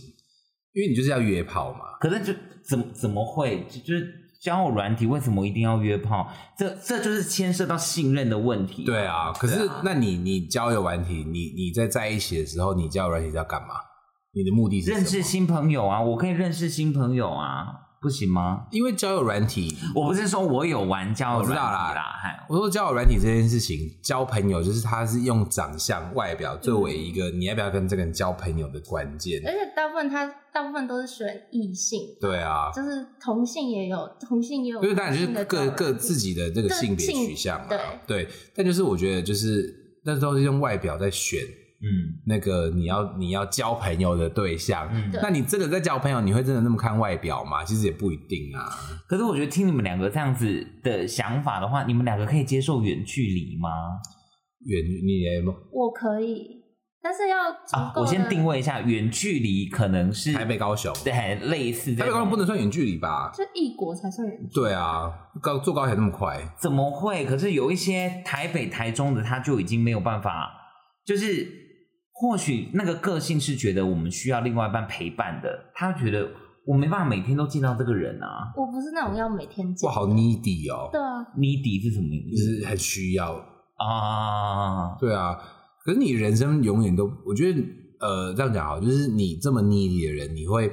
[SPEAKER 3] 因为你就是要约炮嘛。
[SPEAKER 2] 可是就怎么怎么会就就是交友软体为什么一定要约炮？这这就是牵涉到信任的问题。
[SPEAKER 3] 对，啊，可是、那你你交友软体，你你在在一起的时候，你交友软体是要干嘛？你的目的是什么
[SPEAKER 2] 认识新朋友啊，我可以认识新朋友啊，不行吗？
[SPEAKER 3] 因为交友软体，
[SPEAKER 2] 我不是说我有玩交友
[SPEAKER 3] 我
[SPEAKER 2] 软
[SPEAKER 3] 知
[SPEAKER 2] 体
[SPEAKER 3] 道啦
[SPEAKER 2] 啦，嗨，
[SPEAKER 3] 我说交友软体这件事情，交朋友就是它是用长相、外表作为一个你要不要跟这个人交朋友的关键。
[SPEAKER 4] 而且大部分他大部分都是选异性，
[SPEAKER 3] 对啊，
[SPEAKER 4] 就是同性也有，同性也有，
[SPEAKER 3] 因为当然就
[SPEAKER 4] 同性
[SPEAKER 3] 是
[SPEAKER 4] 的
[SPEAKER 3] 各
[SPEAKER 4] 照顾
[SPEAKER 3] 各自己的这个
[SPEAKER 4] 各
[SPEAKER 3] 性别
[SPEAKER 4] 性
[SPEAKER 3] 取向嘛
[SPEAKER 4] 对，
[SPEAKER 3] 对。但就是我觉得就是那都是用外表在选
[SPEAKER 2] 嗯
[SPEAKER 3] 那个你要你要交朋友的对象。
[SPEAKER 2] 嗯
[SPEAKER 4] 对。
[SPEAKER 3] 那你真的在交朋友，你会真的那么看外表吗？其实也不一定啊。
[SPEAKER 2] 可是我觉得听你们两个这样子的想法的话，你们两个可以接受远距离吗？
[SPEAKER 3] 远你也
[SPEAKER 4] 我可以，但是要足
[SPEAKER 2] 啊，
[SPEAKER 4] 够
[SPEAKER 2] 我先
[SPEAKER 4] 的
[SPEAKER 2] 定，位一下，远距离可能是
[SPEAKER 3] 台北、高雄，台
[SPEAKER 2] 对，类似这
[SPEAKER 3] 北、高
[SPEAKER 2] 种
[SPEAKER 3] 雄不能算远距离吧？
[SPEAKER 4] 就异国才算人。
[SPEAKER 3] 对啊，高坐高铁那么快，
[SPEAKER 2] 怎么会？可是有一些台北、台中的，他就已经没有办法，就是或许那个个性是觉得我们需要另外一半陪伴的，他觉得我没办法每天都见到这个人啊。
[SPEAKER 4] 我不是那种要每天见
[SPEAKER 3] 哇，，好 needy 哦，
[SPEAKER 4] 对啊，
[SPEAKER 2] 你底是什么
[SPEAKER 3] 就
[SPEAKER 2] 意思
[SPEAKER 3] 是很需要。
[SPEAKER 2] 啊？
[SPEAKER 3] 对啊，可是你人生永远都，我觉得呃，这样讲好，就是你这么腻腻的人，你会呃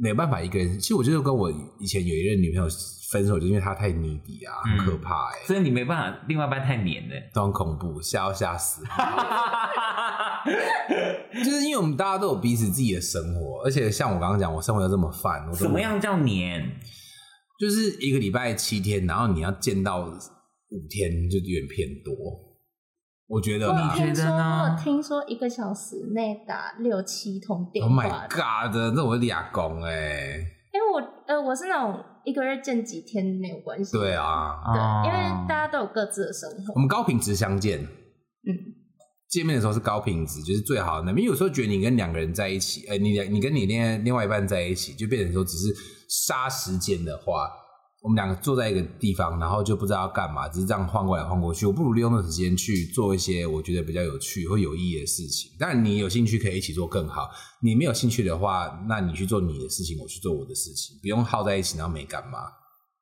[SPEAKER 3] 没有办法一个人。其实我就是跟我以前有一任女朋友分手，就是因为她太腻腻啊，
[SPEAKER 2] 嗯
[SPEAKER 3] 很可怕哎、欸，
[SPEAKER 2] 所以你没办法，另外一半太黏了。
[SPEAKER 3] 都很恐怖，吓要吓死。就是因为我们大家都有彼此自己的生活，而且像我刚刚讲，我生活又这么烦，我
[SPEAKER 2] 怎么？样叫黏？
[SPEAKER 3] 就是一个礼拜七天，然后你要见到五天，就有点偏多。我觉得
[SPEAKER 4] 我有
[SPEAKER 3] 啦
[SPEAKER 2] 你觉得
[SPEAKER 4] 听说，
[SPEAKER 2] 呢
[SPEAKER 4] 我有听说一个小时内打六七通电
[SPEAKER 3] ，Oh my
[SPEAKER 4] 话的，
[SPEAKER 3] god，那我俩公哎，
[SPEAKER 4] 因为我呃我是那种一个月见几天没有关系，
[SPEAKER 3] 对，啊，
[SPEAKER 2] 啊
[SPEAKER 4] 对，因为大家都有各自的生活
[SPEAKER 3] 我，们高品质相见，
[SPEAKER 4] 嗯，
[SPEAKER 3] 见面的时候是高品质，就是最好的那边。因为有时候觉得你跟两个人在一起，哎、你你跟你另另外一半在一起，就变成说只是杀时间的话，我们两个坐在一个地方，然后就不知道要干嘛，只是这样晃过来晃过去。我不如利用那时间去做一些我觉得比较有趣或有意义的事情。当然，你有兴趣可以一起做更好，你没有兴趣的话，那你去做你的事情，我去做我的事情，不用耗在一起，然后没干嘛。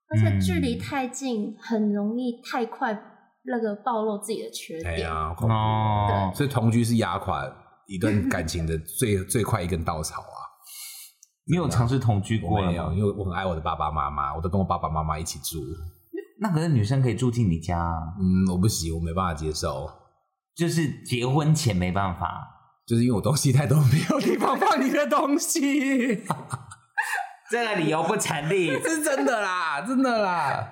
[SPEAKER 4] 而且距
[SPEAKER 3] 嗯
[SPEAKER 4] 离太近，很容易太快那个暴露自己的缺
[SPEAKER 3] 哎
[SPEAKER 4] 点。
[SPEAKER 3] 呀，恐怖
[SPEAKER 2] 哦，
[SPEAKER 3] 所以同居是压垮一段感情的最 最快一根稻草啊！
[SPEAKER 2] 你有尝试同居过
[SPEAKER 3] 我
[SPEAKER 2] 了
[SPEAKER 3] 没有，
[SPEAKER 2] 吗？
[SPEAKER 3] 因为我很爱我的爸爸妈妈，我都跟我爸爸妈妈一起住。
[SPEAKER 2] 那可是女生可以住进你家啊，
[SPEAKER 3] 嗯，我不行，我没办法接受，
[SPEAKER 2] 就是结婚前没办法。
[SPEAKER 3] 就是因为我东西太多，没有地方放你的东西，
[SPEAKER 2] 这个理由不成立，
[SPEAKER 3] 是真的啦，真的啦，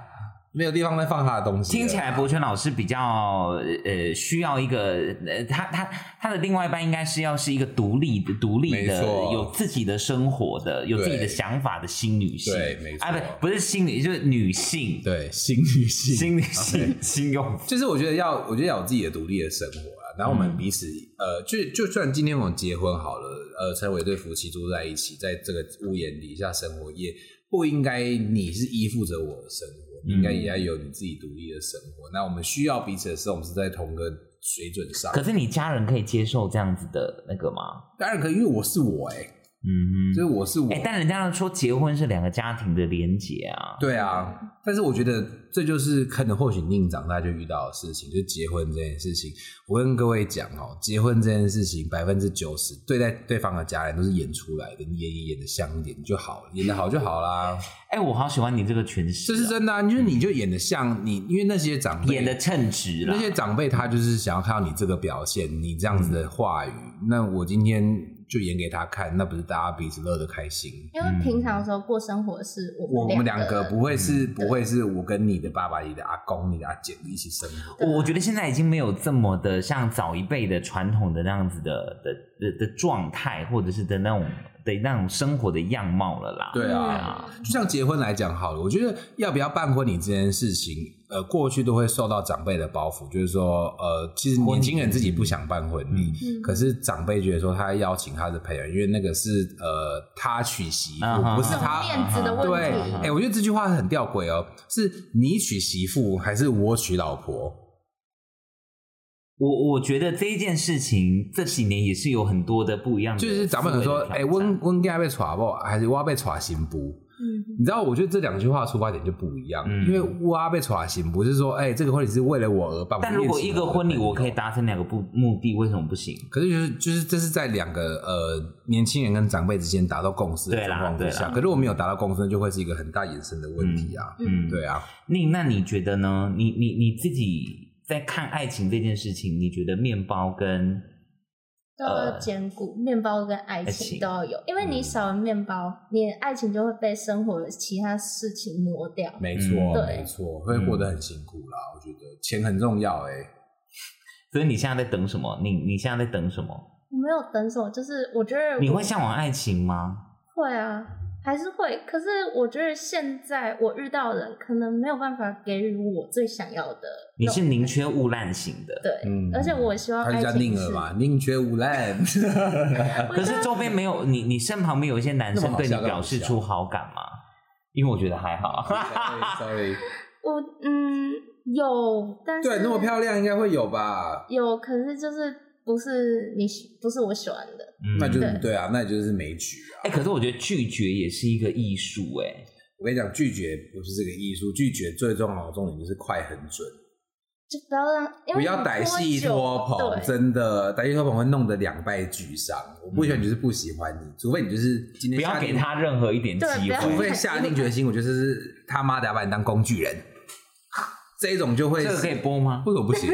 [SPEAKER 3] 没有地方再放他的东西了。
[SPEAKER 2] 听起来博泉老师比较呃需要一个呃，他他他的另外一半应该是要是一个独立的、独立
[SPEAKER 3] 没
[SPEAKER 2] 的、
[SPEAKER 3] 错
[SPEAKER 2] 有自己的生活的、有自己的想法的新女性。
[SPEAKER 3] 对没错
[SPEAKER 2] 啊，不不是新女，就是女性。，
[SPEAKER 3] 对新女性，
[SPEAKER 2] 新女 性新用
[SPEAKER 3] 就是我觉得要，我觉得要有自己的独立的生活啊。然后我
[SPEAKER 2] 嗯
[SPEAKER 3] 们彼此，呃，就就算今天我们结婚好了，呃，成为一对夫妻住在一起，在这个屋檐底下生活，也不应该你是依附着我的生
[SPEAKER 2] 嗯
[SPEAKER 3] 活，你应该也要有你自己独立的生活。那我们需要彼此的时候，我们是在同个水准上。
[SPEAKER 2] 可是你家人可以接受这样子的那个吗？
[SPEAKER 3] 当然可以，因为我是我、欸，哎，
[SPEAKER 2] 嗯
[SPEAKER 3] 就
[SPEAKER 2] 哼
[SPEAKER 3] 是我是我，
[SPEAKER 2] 哎、但人家说结婚是两个家庭的连结啊。
[SPEAKER 3] 对啊，但是我觉得这就是可能或许宁长大就遇到的事情，就是结婚这件事情。我跟各位讲哦，结婚这件事情百分之九十对待对方的家人都是演出来的，你演也演的像一点就好了，演的好就好啦，
[SPEAKER 2] 哎、我好喜欢你这个诠释、
[SPEAKER 3] 这是。真的、啊。你就你就演的像你，因为那些长辈
[SPEAKER 2] 演的称职啦
[SPEAKER 3] 那，些长辈他就是想要看到你这个表现，你这样子的话语，那我今天就演给他看，那不是大家彼此乐得开心？
[SPEAKER 4] 因为平常的时候过生活是
[SPEAKER 3] 我
[SPEAKER 4] 我
[SPEAKER 3] 我
[SPEAKER 4] 们
[SPEAKER 3] 们两个
[SPEAKER 4] 个嗯
[SPEAKER 3] 不会是不会是我跟你的爸爸、你的阿公、你的阿姐一起生活。
[SPEAKER 2] 我我觉得现在已经没有这么的像早一辈的传统的那样子的的的的状态，或者是的那种的那种生活的样貌了啦。
[SPEAKER 3] 对啊，就像结婚来讲好了，我觉得要不要办婚礼这件事情，呃，过去都会受到长辈的包袱，就是说，呃，其实年轻人自己不想办婚礼，
[SPEAKER 4] 嗯
[SPEAKER 3] 可是长辈觉得说他邀请他的朋友，因为那个是呃他娶媳妇，
[SPEAKER 2] 啊哈
[SPEAKER 3] 不是
[SPEAKER 4] 这种
[SPEAKER 3] 他。
[SPEAKER 4] 面子的
[SPEAKER 3] 对，
[SPEAKER 4] 问
[SPEAKER 3] 哎、
[SPEAKER 4] 题，
[SPEAKER 3] 我觉得这句话很吊诡哦，是你娶媳妇还是我娶老婆？
[SPEAKER 2] 我我觉得这一件事情这几年也是有很多的不一样的思
[SPEAKER 3] 就
[SPEAKER 2] 维嗯的
[SPEAKER 3] 是
[SPEAKER 2] 挑战，
[SPEAKER 3] 咱们有说，哎、温温该被娶不，还是我要被娶新妇？
[SPEAKER 4] 嗯，
[SPEAKER 3] 你知道，我觉得这两句话出发点就不一样，
[SPEAKER 2] 嗯
[SPEAKER 3] 因为哇被耍行不是说，哎、这个婚礼是为了我而办。
[SPEAKER 2] 但如果
[SPEAKER 3] 我也
[SPEAKER 2] 一
[SPEAKER 3] 请了
[SPEAKER 2] 个
[SPEAKER 3] 我的
[SPEAKER 2] 婚礼
[SPEAKER 3] 朋友
[SPEAKER 2] 我可以，达成两个不目的，为什么不行？
[SPEAKER 3] 可是就是就是这是在两个呃年轻人跟长辈之间达到共识的
[SPEAKER 2] 对
[SPEAKER 3] 情
[SPEAKER 2] 啦
[SPEAKER 3] 况之
[SPEAKER 2] 对
[SPEAKER 3] 下，
[SPEAKER 2] 啦
[SPEAKER 3] 可是我没有达到共识，那就会是一个很大延伸的问题啊。
[SPEAKER 2] 嗯，
[SPEAKER 3] 对啊，
[SPEAKER 2] 那那你觉得呢？你你你自己在看爱情这件事情，你觉得面包跟
[SPEAKER 4] 都
[SPEAKER 3] 呃
[SPEAKER 4] 要兼顾面包跟爱
[SPEAKER 2] 爱
[SPEAKER 4] 情
[SPEAKER 2] 情
[SPEAKER 4] 都要有，因为你
[SPEAKER 3] 嗯
[SPEAKER 4] 少了面包，你的爱情就会被生活的其他事情磨掉。
[SPEAKER 3] 没错、
[SPEAKER 4] 嗯对
[SPEAKER 3] 没错，会过得很辛苦啦。我觉得钱很重要、哎，
[SPEAKER 2] 所以你现在在等什么？你你现在在等什么？
[SPEAKER 4] 我没有等什么，就是我觉得
[SPEAKER 2] 你
[SPEAKER 4] 我
[SPEAKER 2] 会向往爱情吗？
[SPEAKER 4] 会啊，还是会。可是我觉得现在我遇到的人可能没有办法给予我最想要的
[SPEAKER 2] 你
[SPEAKER 4] 那
[SPEAKER 2] 是
[SPEAKER 4] 种。
[SPEAKER 2] 宁缺毋滥型的，
[SPEAKER 4] 对，
[SPEAKER 3] 嗯
[SPEAKER 4] 而且我希望
[SPEAKER 3] 他
[SPEAKER 4] 爱
[SPEAKER 3] 就叫
[SPEAKER 4] 情
[SPEAKER 3] 宁
[SPEAKER 4] 是
[SPEAKER 3] 儿嘛，宁缺毋 滥。
[SPEAKER 2] 可是周边没有你，你身旁没有一些男
[SPEAKER 3] 那
[SPEAKER 2] 生
[SPEAKER 3] 么好
[SPEAKER 2] 对你
[SPEAKER 3] 笑那么
[SPEAKER 2] 表示
[SPEAKER 3] 好
[SPEAKER 2] 出好感吗？因为我觉得还好。
[SPEAKER 3] 啊 Sorry，
[SPEAKER 4] 我嗯有，但是
[SPEAKER 3] 对，那么漂亮应该会有吧？
[SPEAKER 4] 有，可是就是不是你喜不是我喜欢的，
[SPEAKER 2] 嗯
[SPEAKER 3] 那就是
[SPEAKER 4] 对
[SPEAKER 3] 对啊，那也就是没局啊。
[SPEAKER 2] 哎、可是我觉得拒绝也是一个艺术哎。
[SPEAKER 3] 我跟你讲，拒绝不是这个艺术，拒绝最重要的重点就是快很准，
[SPEAKER 4] 就不要让因
[SPEAKER 3] 不
[SPEAKER 4] 为
[SPEAKER 3] 要
[SPEAKER 4] 你
[SPEAKER 3] 歹
[SPEAKER 4] 拖
[SPEAKER 3] 戏
[SPEAKER 4] 久
[SPEAKER 3] 拖
[SPEAKER 4] 对
[SPEAKER 3] 捧，真的歹戏拖捧会弄得两败俱伤。我不喜欢，就是不喜欢你，除非你就是今
[SPEAKER 2] 嗯
[SPEAKER 3] 天
[SPEAKER 2] 不要
[SPEAKER 3] 下定
[SPEAKER 2] 给，他任何一点
[SPEAKER 4] 对
[SPEAKER 2] 机
[SPEAKER 4] 不 要
[SPEAKER 3] 除
[SPEAKER 2] 会。
[SPEAKER 3] 非下定决心，我就是他妈的要把你当工具人，这种就会
[SPEAKER 2] 这个可以播吗？
[SPEAKER 3] 为什么不 行？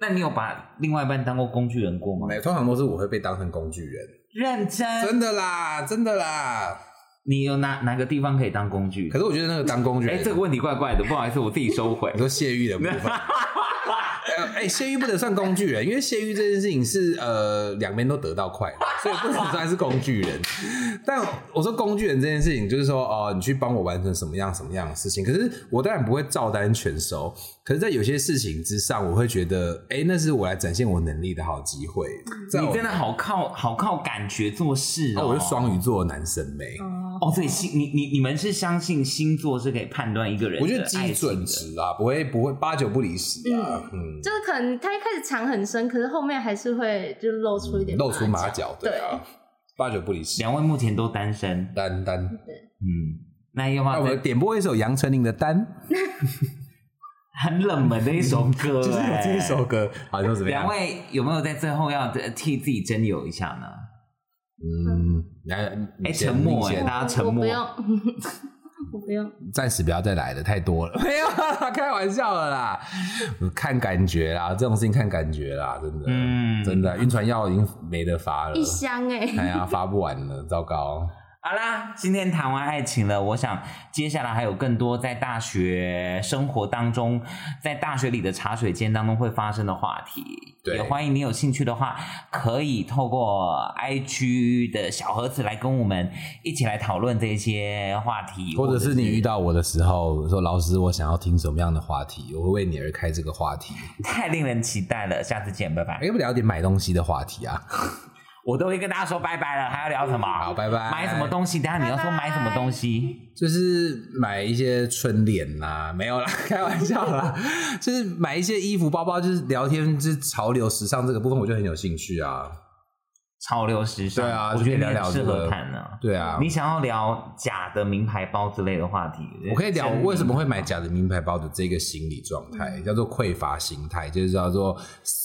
[SPEAKER 2] 那你有把另外一半当过工具人过吗？
[SPEAKER 3] 没，通常都是我会被当成工具人，
[SPEAKER 2] 认真。
[SPEAKER 3] 真的啦，真的啦。
[SPEAKER 2] 你有哪哪个地方可以当工具？
[SPEAKER 3] 可是我觉得那个当工具
[SPEAKER 2] 哎、
[SPEAKER 3] 人，
[SPEAKER 2] 这个问题怪怪的，不好意思，我自己收 回
[SPEAKER 3] 你。说泄欲的部分。呃哎、泄欲不能算工具人，因为泄欲这件事情是呃两边都得到快乐，所以不能算是工具人。但我说工具人这件事情，就是说哦、你去帮我完成什么样什么样的事情，可是我当然不会照单全收。可是，在有些事情之上，我会觉得，哎、那是我来展现我能力的好机会。在
[SPEAKER 2] 你
[SPEAKER 3] 我
[SPEAKER 2] 真的好靠好靠感觉做事
[SPEAKER 3] 那
[SPEAKER 2] 哦。
[SPEAKER 3] 我是双鱼座的男生呗、
[SPEAKER 4] 哦
[SPEAKER 2] 哦，所以星你你你们是相信星座是可以判断一个人
[SPEAKER 3] 我觉得
[SPEAKER 2] 嗯的
[SPEAKER 3] 基
[SPEAKER 2] 爱情
[SPEAKER 3] 准
[SPEAKER 2] 的
[SPEAKER 3] 值啊，不会不会八九不离十啊，嗯，
[SPEAKER 4] 就是可能他一开始藏很深，可是后面还是会就露出一点
[SPEAKER 3] 露出马
[SPEAKER 4] 马
[SPEAKER 3] 脚，对
[SPEAKER 4] 对
[SPEAKER 3] 啊，八九不离十，
[SPEAKER 2] 两位目前都单身，
[SPEAKER 3] 单单。
[SPEAKER 2] 嗯，那要不
[SPEAKER 3] 那
[SPEAKER 2] 要
[SPEAKER 3] 我
[SPEAKER 2] 再
[SPEAKER 3] 点播一首杨丞琳的《单
[SPEAKER 2] 很冷门的一首歌、》， 哎
[SPEAKER 3] 就是有这一首歌，好像怎么样？
[SPEAKER 2] 两，位有没有在最后要呃替自己征友一下呢？
[SPEAKER 3] 嗯，来，
[SPEAKER 2] 哎
[SPEAKER 3] 你先
[SPEAKER 2] 沉默
[SPEAKER 3] 你先
[SPEAKER 2] 哎大家沉默
[SPEAKER 4] 我不用， 我不用。
[SPEAKER 3] 暂时不要再来了，太多 了，没有啦，开玩笑的啦，看感觉啦，这种事情看感觉啦，真的，
[SPEAKER 2] 嗯
[SPEAKER 3] 真的，晕船药已经没得发了
[SPEAKER 4] 一，箱哎、
[SPEAKER 3] 哎呀，发不完了， 糟糕，
[SPEAKER 2] 好啦，今天谈完爱情了，我想接下来还有更多在大学生活当中，在大学里的茶水间当中会发生的话题。
[SPEAKER 3] 对
[SPEAKER 2] 也欢迎你有兴趣的话，可以透过 IG 的小盒子来跟我们一起来讨论这些话题，
[SPEAKER 3] 或者是你遇到我的时候说，老师，我想要听什么样的话题，我会为你而开这个话题，
[SPEAKER 2] 太令人期待了，下次见，拜拜。
[SPEAKER 3] 要不聊点买东西的话题啊？
[SPEAKER 2] 我都会跟大家说拜拜了，还要聊什么？
[SPEAKER 3] 好，拜拜，
[SPEAKER 2] 买什么东西？等一下你要说买什么东西？
[SPEAKER 3] 就是买一些春联啦，没有啦，开玩笑啦，就是买一些衣服、包包，就是聊天，就是潮流、时尚这个部分，我就很有兴趣啊。
[SPEAKER 2] 潮流时尚，
[SPEAKER 3] 对啊
[SPEAKER 2] 我觉得
[SPEAKER 3] 就可以
[SPEAKER 2] 你
[SPEAKER 3] 聊
[SPEAKER 2] 很
[SPEAKER 3] 聊
[SPEAKER 2] 适
[SPEAKER 3] 这个
[SPEAKER 2] 合看呢、
[SPEAKER 3] 对啊，
[SPEAKER 2] 你想要聊假的名牌包之类的话题，
[SPEAKER 3] 我可以聊
[SPEAKER 2] 真
[SPEAKER 3] 为什么会买假的名牌包的这个心理状
[SPEAKER 2] 嗯
[SPEAKER 3] 态，叫做匮乏心态，就是叫做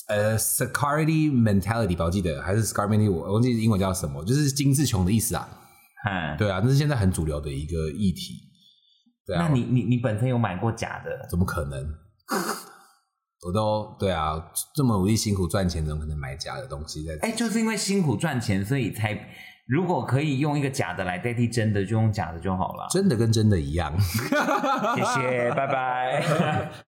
[SPEAKER 3] 呃 scarcity mentality 吧，我记得还是 scarcity，我忘记英文叫什么，就是精致穷的意思啊。
[SPEAKER 2] 嗯，
[SPEAKER 3] 对啊，那是现在很主流的一个议题。对啊，
[SPEAKER 2] 那你你你本身有买过假的？
[SPEAKER 3] 怎么可能？我都对啊，这么努力辛苦赚钱，怎么可能买假的东西在？
[SPEAKER 2] 哎、就是因为辛苦赚钱，所以才如果可以用一个假的来代替真的，就用假的就好了。
[SPEAKER 3] 真的跟真的一样。
[SPEAKER 2] 谢谢，拜拜。